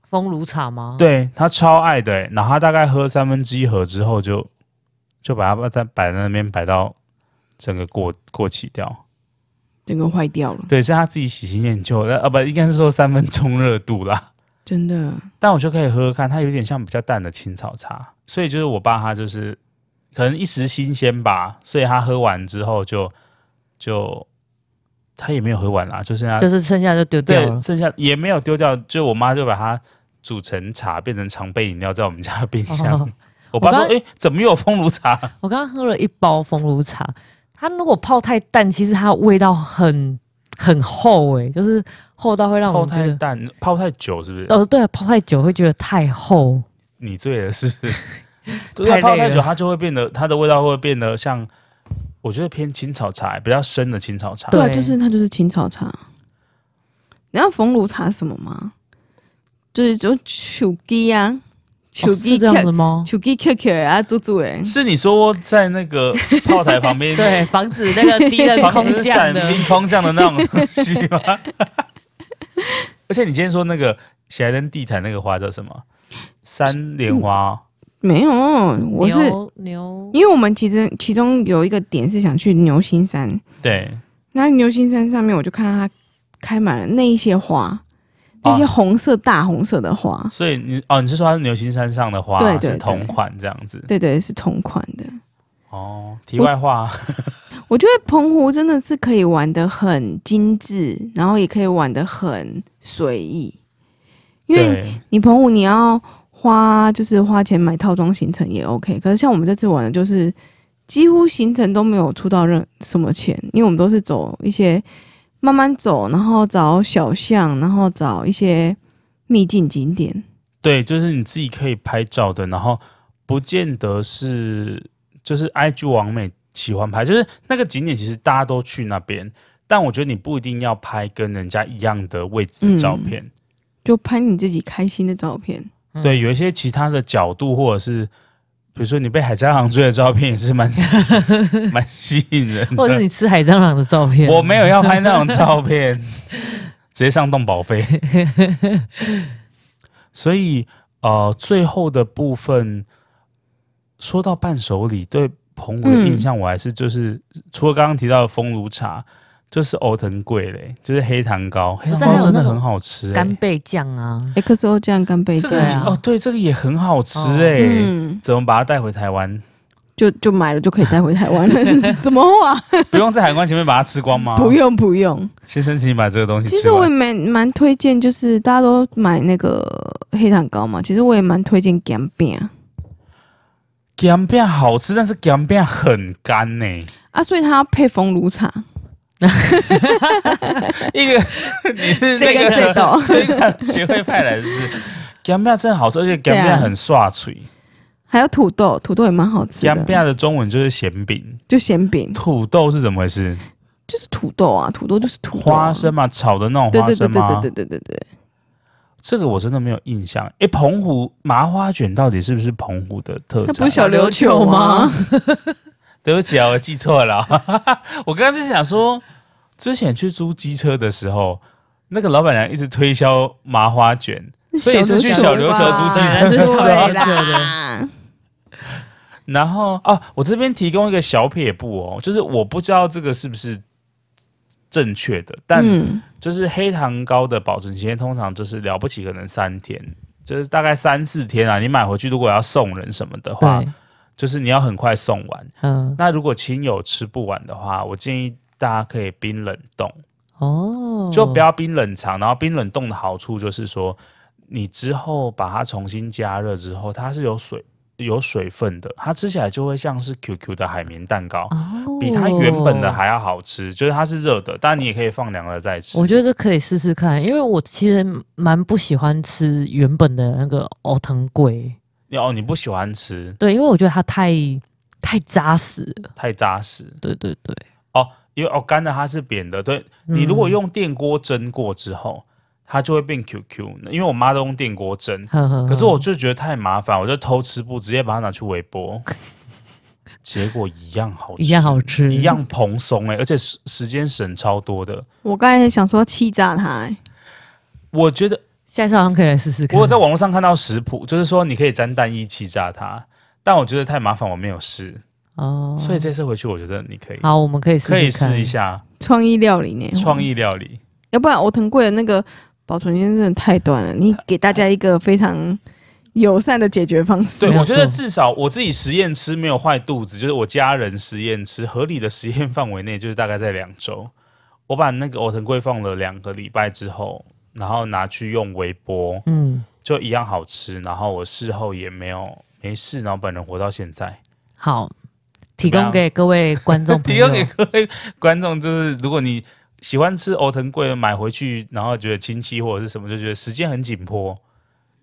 Speaker 2: 风炉茶吗？，
Speaker 1: 对他超爱的、欸，然后他大概喝三分之一盒之后就就把它摆摆在那边摆到整个过过期掉。
Speaker 3: 整个坏掉了，
Speaker 1: 对，是他自己喜新厌旧，呃，啊不，应该是说三分钟热度啦。
Speaker 3: 真的。
Speaker 1: 但我就可以喝喝看，它有点像比较淡的青草茶，所以就是我爸他就是可能一时新鲜吧，所以他喝完之后就就他也没有喝完啦，就剩下
Speaker 2: 就是剩下就丢掉
Speaker 1: 啊对
Speaker 2: 了。哦
Speaker 1: 剩下也没有丢掉，就我妈就把它煮成茶，变成常备饮料，在我们家的冰箱。
Speaker 2: 哦
Speaker 1: 我爸
Speaker 2: 我
Speaker 1: 说：“
Speaker 2: 刚
Speaker 1: 哎、怎么又有风炉茶？”
Speaker 2: 我刚刚喝了一包风炉茶，它如果泡太淡，其实它味道很很厚诶、就是厚到会让
Speaker 1: 泡
Speaker 2: 哦我们觉
Speaker 1: 太
Speaker 2: 得。
Speaker 1: 淡，泡太久是不是？
Speaker 2: 哦，对，泡太久会觉得太 厚，
Speaker 1: 你醉了是不是？ 对啊，
Speaker 2: 太累
Speaker 1: 泡太久
Speaker 2: 了
Speaker 1: 它就会变得它的味道会变得像，我觉得偏青草茶，比较深的青草茶。
Speaker 3: 对啊，
Speaker 2: 对
Speaker 3: 就是它就是青草茶。你知道风炉茶是什么吗？就是就手机啊，
Speaker 2: 哦
Speaker 3: 手
Speaker 2: 是
Speaker 3: 机
Speaker 2: 这样
Speaker 3: Q
Speaker 2: 子 吗？
Speaker 3: 手机 QQ 啊，煮煮诶，
Speaker 1: 是你说在那 个炮台旁边
Speaker 2: 对，防止那个敌人
Speaker 1: 防
Speaker 2: 空
Speaker 1: 止
Speaker 2: 降
Speaker 1: 伞
Speaker 2: 的。
Speaker 1: 兵空降的那种东西 吗？而且你今天说那个喜来登地毯那个花叫什么？三莲花哦、
Speaker 3: 没有，我是
Speaker 2: 牛牛
Speaker 3: 因为我们其实其中有一个点是想去牛心山，
Speaker 1: 对，
Speaker 3: 那牛心山上面我就看到它开满了那一些花，那些
Speaker 1: 啊
Speaker 3: 红色、大红色的花，
Speaker 1: 所以你哦，你是说它是牛心山上的花，
Speaker 3: 对对
Speaker 1: 是同
Speaker 3: 对
Speaker 1: 款这样子
Speaker 3: 对对，是同款的。
Speaker 1: 哦。题外话，
Speaker 3: 我觉得澎湖真的是可以玩的很精致，然后也可以玩的很随意，因为
Speaker 1: 对
Speaker 3: 你澎湖你要花就是花钱买套装行程也 OK，可是像我们这次玩的就是几乎行程都没有出到任什么钱，因为我们都是走一些慢慢走，然后找小巷，然后找一些秘境景点。
Speaker 1: 对，就是你自己可以拍照的，然后不见得是就是 IG 网美喜欢拍，就是那个景点其实大家都去那边，但我觉得你不一定要拍跟人家一样的位置的照片，
Speaker 3: 就拍你自己开心的照片，
Speaker 2: 嗯
Speaker 1: 对，有一些其他的角度或者是。比如说你被海蟑螂追的照片也是蛮 蛮吸引人
Speaker 2: 或者是
Speaker 1: 的，
Speaker 2: 你吃海蟑螂的照片，
Speaker 1: 我没有要拍那种照 片，直接上动保 费。所以呃，最后的部分说到伴手礼，对澎湖的印象，我还是就是、除了刚刚提到的风炉茶，就是欧藤贵嘞，就是黑糖糕，黑
Speaker 2: 是
Speaker 1: 糖糕
Speaker 2: 还有
Speaker 1: 真
Speaker 2: 那
Speaker 1: 的
Speaker 2: 种
Speaker 1: 很好吃、欸，
Speaker 2: 干贝酱啊，
Speaker 3: XO 酱干杯
Speaker 1: 这个
Speaker 3: 酱，
Speaker 1: 也、
Speaker 2: 对啊
Speaker 1: 哦，对，这个也很好吃
Speaker 2: 哦
Speaker 1: 哎、
Speaker 3: 嗯，
Speaker 1: 怎么把它带回台湾？
Speaker 3: 就就买了就可以带回台湾了， 什么话？
Speaker 1: 不用在海关前面把它吃光吗？
Speaker 3: 不，用不用。
Speaker 1: 先生，啊请你把这个东西吃
Speaker 3: 其
Speaker 1: 完。
Speaker 3: 实我也蛮蛮推荐，就是大家都买那个黑糖糕嘛，其实我也蛮推荐干饼
Speaker 1: 干变好吃，但是干变很干呢、
Speaker 3: 啊，所以它要配风炉茶，
Speaker 1: 一个 你是那
Speaker 3: 这个隧
Speaker 1: 个
Speaker 3: 道
Speaker 1: 推广协会派来的是 g a m b i a 真的好吃，而且 g
Speaker 3: 对
Speaker 1: a m b i a
Speaker 3: 啊
Speaker 1: 很刷嘴。
Speaker 3: 还有土豆，土豆也蛮好吃
Speaker 1: g a m b i
Speaker 3: 的，
Speaker 1: a 的中文就是咸饼，
Speaker 3: 就咸饼，
Speaker 1: 土豆是怎么回事？
Speaker 3: 就是土豆啊，土豆就是土豆啊、
Speaker 1: 花生嘛，炒的那种
Speaker 3: 对
Speaker 1: 花
Speaker 3: 对对
Speaker 1: 生
Speaker 3: 对
Speaker 1: 吗
Speaker 3: 对？对对对对，
Speaker 1: 这个我真的没有印象。哎，澎湖麻花卷到底是不是澎湖的特
Speaker 3: 它不
Speaker 1: 产啊
Speaker 3: 是？小琉球啊吗？
Speaker 1: 对不起啊，我记错了。 我刚刚是想说，之前去租机车的时候，那个老板娘一直推销麻花卷，所以是去小琉球租机车
Speaker 2: 的时候
Speaker 3: 对啦，
Speaker 1: 然后哦，我这边提供一个小撇步哦，就是我不知道这个是不是正确的，但
Speaker 3: 嗯
Speaker 1: 就是黑糖糕的保存期限通常就是了不起可能三天，就是大概三四天啊。你买回去如果要送人什么的话
Speaker 2: 对，，
Speaker 1: 就是你要很快送完。
Speaker 2: 嗯，
Speaker 1: 那如果亲友吃不完的话，我建议大家可以冰冷冻，
Speaker 2: 哦，
Speaker 1: 就不要冰冷藏。然后冰冷冻的好处就是说，你之后把它重新加热之后，它是有水有水分的，它吃起来就会像是 QQ 的海绵蛋糕。
Speaker 2: 哦，
Speaker 1: 比它原本的还要好吃，就是它是热的，但你也可以放凉了再吃。
Speaker 2: 我觉得可以试试看，因为我其实蛮不喜欢吃原本的那个藕藤贵，
Speaker 1: 得哦，你不喜欢吃
Speaker 2: 对，因为我觉得它太太扎实了，
Speaker 1: 太扎实，
Speaker 2: 对对对。嗯
Speaker 1: 因为哦干的它是扁的，对你如果用电锅蒸过之后，它就会变 QQ。因为我妈都用电锅蒸，
Speaker 2: 呵呵呵，
Speaker 1: 可是我就觉得太麻烦，我就偷吃不直接把它拿去微波， 结果一样好吃，
Speaker 2: 一样好吃
Speaker 1: 一样蓬松哎、而且时时间省超多的。
Speaker 3: 我刚才想说欺诈他、欸，
Speaker 1: 我觉 得
Speaker 2: 下次好像可以来试试看。
Speaker 1: 我有在网络上看到食谱，就是说你可以沾蛋液气炸它，但我觉得太麻烦，我没有试。
Speaker 2: 哦，
Speaker 1: 所以这次回去，我觉得你可以
Speaker 2: 好，我们可以试
Speaker 1: 可以
Speaker 2: 看
Speaker 1: 试一。下
Speaker 3: 创意料理呢、
Speaker 1: 创意料理。
Speaker 3: 要不然欧腾贵的那个保存时间真的太短了，你给大家一个非常友善的解决方式。
Speaker 1: 对，
Speaker 2: 没有
Speaker 1: 我觉得
Speaker 2: 错
Speaker 1: 至少我自己实验吃没有坏肚子，就是我家人实验吃合理的实验范围内，就是大概在两周。我把那个欧腾贵放了两个礼拜之后，然后拿去用微波，
Speaker 2: 嗯，
Speaker 1: 就一样好吃。然后我事后也没有没事，然后本人活到现在。
Speaker 2: 好，提
Speaker 1: 怎么
Speaker 2: 供
Speaker 1: 样
Speaker 2: 给各位观众朋
Speaker 1: 提
Speaker 2: 友
Speaker 1: 供。给各位观众，就是如果你喜欢吃欧腾贵，买回去然后觉得亲戚或者是什么，就觉得时间很紧迫，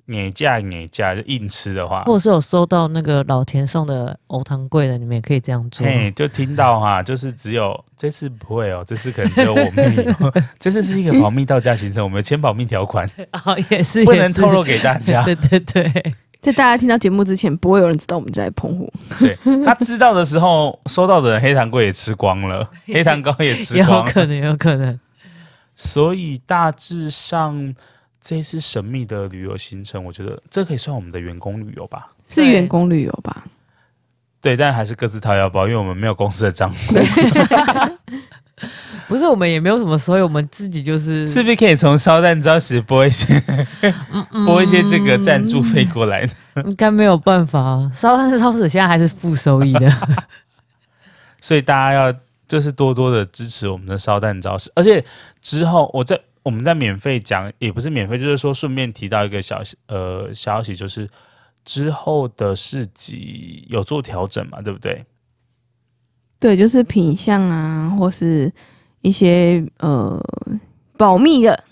Speaker 1: 眼价眼价就硬吃的话，
Speaker 2: 或者是有收到那个老田送的藕糖贵的，你们也可以这样做。
Speaker 1: 嘿，就听到哈、就是只有这次不会哦，这次可能只有我妹 有，这次是一个保密到家行程，我们有签保密条款，
Speaker 2: 哦，也是
Speaker 1: 不
Speaker 2: 也
Speaker 1: 能
Speaker 2: 是
Speaker 1: 透露给大家。
Speaker 2: 对对对，
Speaker 3: 在大家听到节目之前，不会有人知道我们在澎湖。
Speaker 1: 对他知道的时候，收到的人黑糖贵也吃光 了，黑糖糕也吃
Speaker 2: 有
Speaker 1: 光了，
Speaker 2: 可能，有可能。
Speaker 1: 所以大致上。这次神秘的旅游行程，我觉得这可以算我们的员工旅游吧。
Speaker 3: 是
Speaker 2: 对
Speaker 3: 员工旅游吧？
Speaker 1: 对，但还是各自掏腰包，因为我们没有公司的账户。
Speaker 2: 不是我们也没有什么，所以我们自己就是
Speaker 1: 是不是可以从烧蛋招时拨一 些、
Speaker 2: 嗯
Speaker 1: 拨一些这个赞助费过来呢？
Speaker 2: 应该没有办法。烧炭烧水现在还是负收益的，
Speaker 1: 所以大家要就是多多的支持我们的烧蛋招式，而且之后我在我们在免费讲，也不是免费，就是说顺便提到一个小呃消息，就是之后的市集有做调整嘛，对不对？
Speaker 3: 对，就是品相啊，或是一些呃保密的，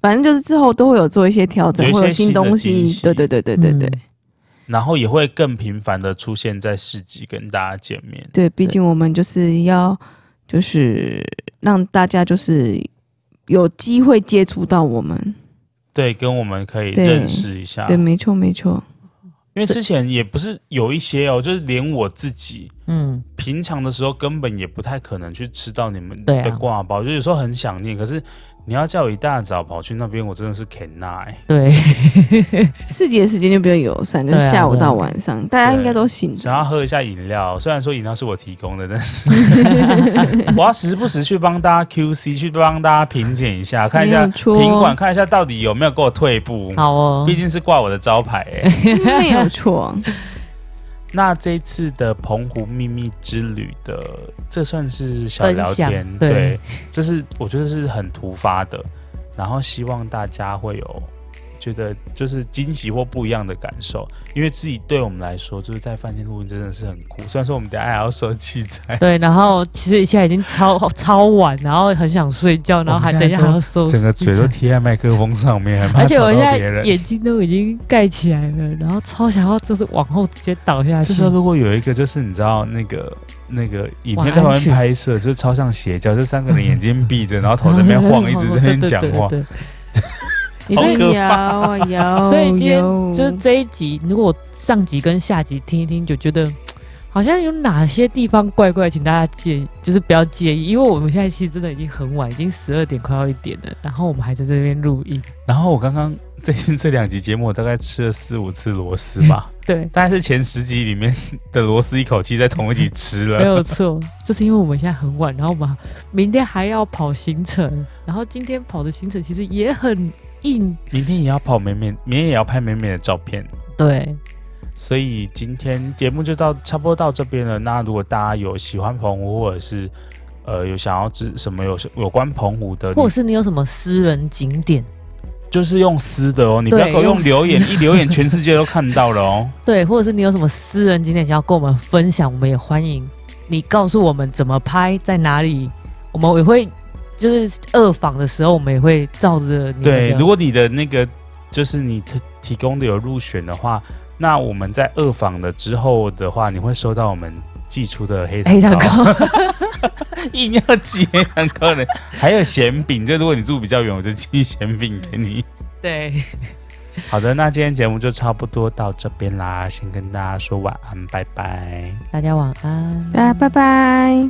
Speaker 3: 反正就是之后都会有做一些调整
Speaker 1: 有，一些
Speaker 3: 会有新东
Speaker 1: 新的
Speaker 3: 西
Speaker 1: 惊。喜
Speaker 3: 对对对对对对、
Speaker 2: 嗯
Speaker 1: 然后也会更频繁的出现在市集跟大家见面。
Speaker 3: 对，毕竟我们就是要就是让大家就是有机会接触到我们。
Speaker 1: 对，跟我们可以
Speaker 3: 对
Speaker 1: 认识一下，
Speaker 3: 对，
Speaker 1: 因
Speaker 3: 没错没错。
Speaker 1: 为之前也不是有一些哦，就是连我自己
Speaker 2: 嗯，
Speaker 1: 平常的时候根本也不太可能去吃到你们
Speaker 2: 对啊
Speaker 1: 的挂包，就有时候很想念，可是你要叫我一大早跑去那边，我真的是 can not、欸。
Speaker 2: 对，
Speaker 3: 四节时间就比较友善，就
Speaker 2: 对
Speaker 3: 是
Speaker 2: 啊
Speaker 3: 下午
Speaker 2: 对啊
Speaker 3: 到晚上，大家应该都醒
Speaker 1: 想要
Speaker 3: 着。
Speaker 1: 喝一下饮料，虽然说饮料是我提供的，但是我要时不时去帮大家 QC，去帮大家评检一下，看一下
Speaker 3: 没有错
Speaker 1: 品管，看一下到底有没有给我退步。
Speaker 2: 好哦
Speaker 1: 毕，竟是挂我的招牌哎、
Speaker 3: 嗯没有 错，
Speaker 1: 那这一次的澎湖秘密之旅的，这算是小聊天
Speaker 2: 分，享
Speaker 1: 对
Speaker 2: 对
Speaker 1: 这是我觉得是很突发的，然后希望大家会有觉得就是惊喜或不一样的感受，因为自己对我们来说，就是在饭店录音真的是很酷。虽然说我们等一下还要收器材，
Speaker 2: 对，然后其实现在已经超超晚，然后很想睡觉，然后还
Speaker 1: 我们
Speaker 2: 等
Speaker 1: 现在
Speaker 2: 一下还要收拾
Speaker 1: 整个嘴
Speaker 2: 器
Speaker 1: 都
Speaker 2: 材
Speaker 1: 贴在麦克风上面，很怕
Speaker 2: 而且
Speaker 1: 吵
Speaker 2: 我
Speaker 1: 到
Speaker 2: 现在
Speaker 1: 别人。
Speaker 2: 眼睛都已经盖起来了，然后超想要就是往后直接倒下
Speaker 1: 这
Speaker 2: 去
Speaker 1: 时。候如果有一个就是你知道那个那个影
Speaker 2: 晚
Speaker 1: 片
Speaker 2: 安
Speaker 1: 在旁边
Speaker 2: 曲
Speaker 1: 拍摄，就是超像邪教，就三个人眼睛闭着，然后头在那边晃，一直在那边讲话。
Speaker 2: 对对对对
Speaker 3: 你
Speaker 1: 好
Speaker 3: 说
Speaker 1: 可
Speaker 3: 摇啊摇，
Speaker 2: 所以今天
Speaker 3: 摇
Speaker 2: 就是这一集，如果上集跟下集听一听，就觉得嘖好像有哪些地方怪怪，请大家介意，就是不要介意，因为我们现在其实真的已经很晚，已经十二点快要一点了，然后我们还在这边录音，
Speaker 1: 然后我刚刚这 这两集节目，我大概吃了四五次螺丝吧，
Speaker 2: 对，
Speaker 1: 大概是前十集里面的螺丝一口气在同一集吃
Speaker 2: 没
Speaker 1: 了。
Speaker 2: 有错，就是因为我们现在很晚，然后我们明天还要跑行程，然后今天跑的行程其实也很硬，
Speaker 1: 明天也要跑美美，明天也要拍美美的照片。
Speaker 2: 对，
Speaker 1: 所以今天节目就到差不多到这边了。那如果大家有喜欢澎湖，或者是呃有想要知什么有有关澎湖的，
Speaker 2: 或者是你有什么私人景点，
Speaker 1: 你就是用私的哦，你不要
Speaker 2: 对
Speaker 1: 给我用
Speaker 2: 用私
Speaker 1: 留言，一留言全世界都看到了哦。
Speaker 2: 对，或者是你有什么私人景点想要跟我们分享，我们也欢迎你告诉我们怎么拍，在哪里，我们也会就是二访的时候，我们也会照着你
Speaker 1: 对，
Speaker 2: 们
Speaker 1: 如
Speaker 2: 的
Speaker 1: 果你的那个就是你提提供的有入选的话，那我们在二访的之后的话，你会收到我们寄出的黑
Speaker 2: 黑
Speaker 1: 糖
Speaker 2: 糖
Speaker 1: 糕，
Speaker 2: 糕，
Speaker 1: 硬要寄黑糖糕的，还有咸饼。就如果你住比较远，我就寄咸饼给你。
Speaker 2: 对，
Speaker 1: 好的，那今天节目就差不多到这边啦，先跟大家说晚安，拜拜。
Speaker 2: 大家晚安，
Speaker 3: 大家拜拜。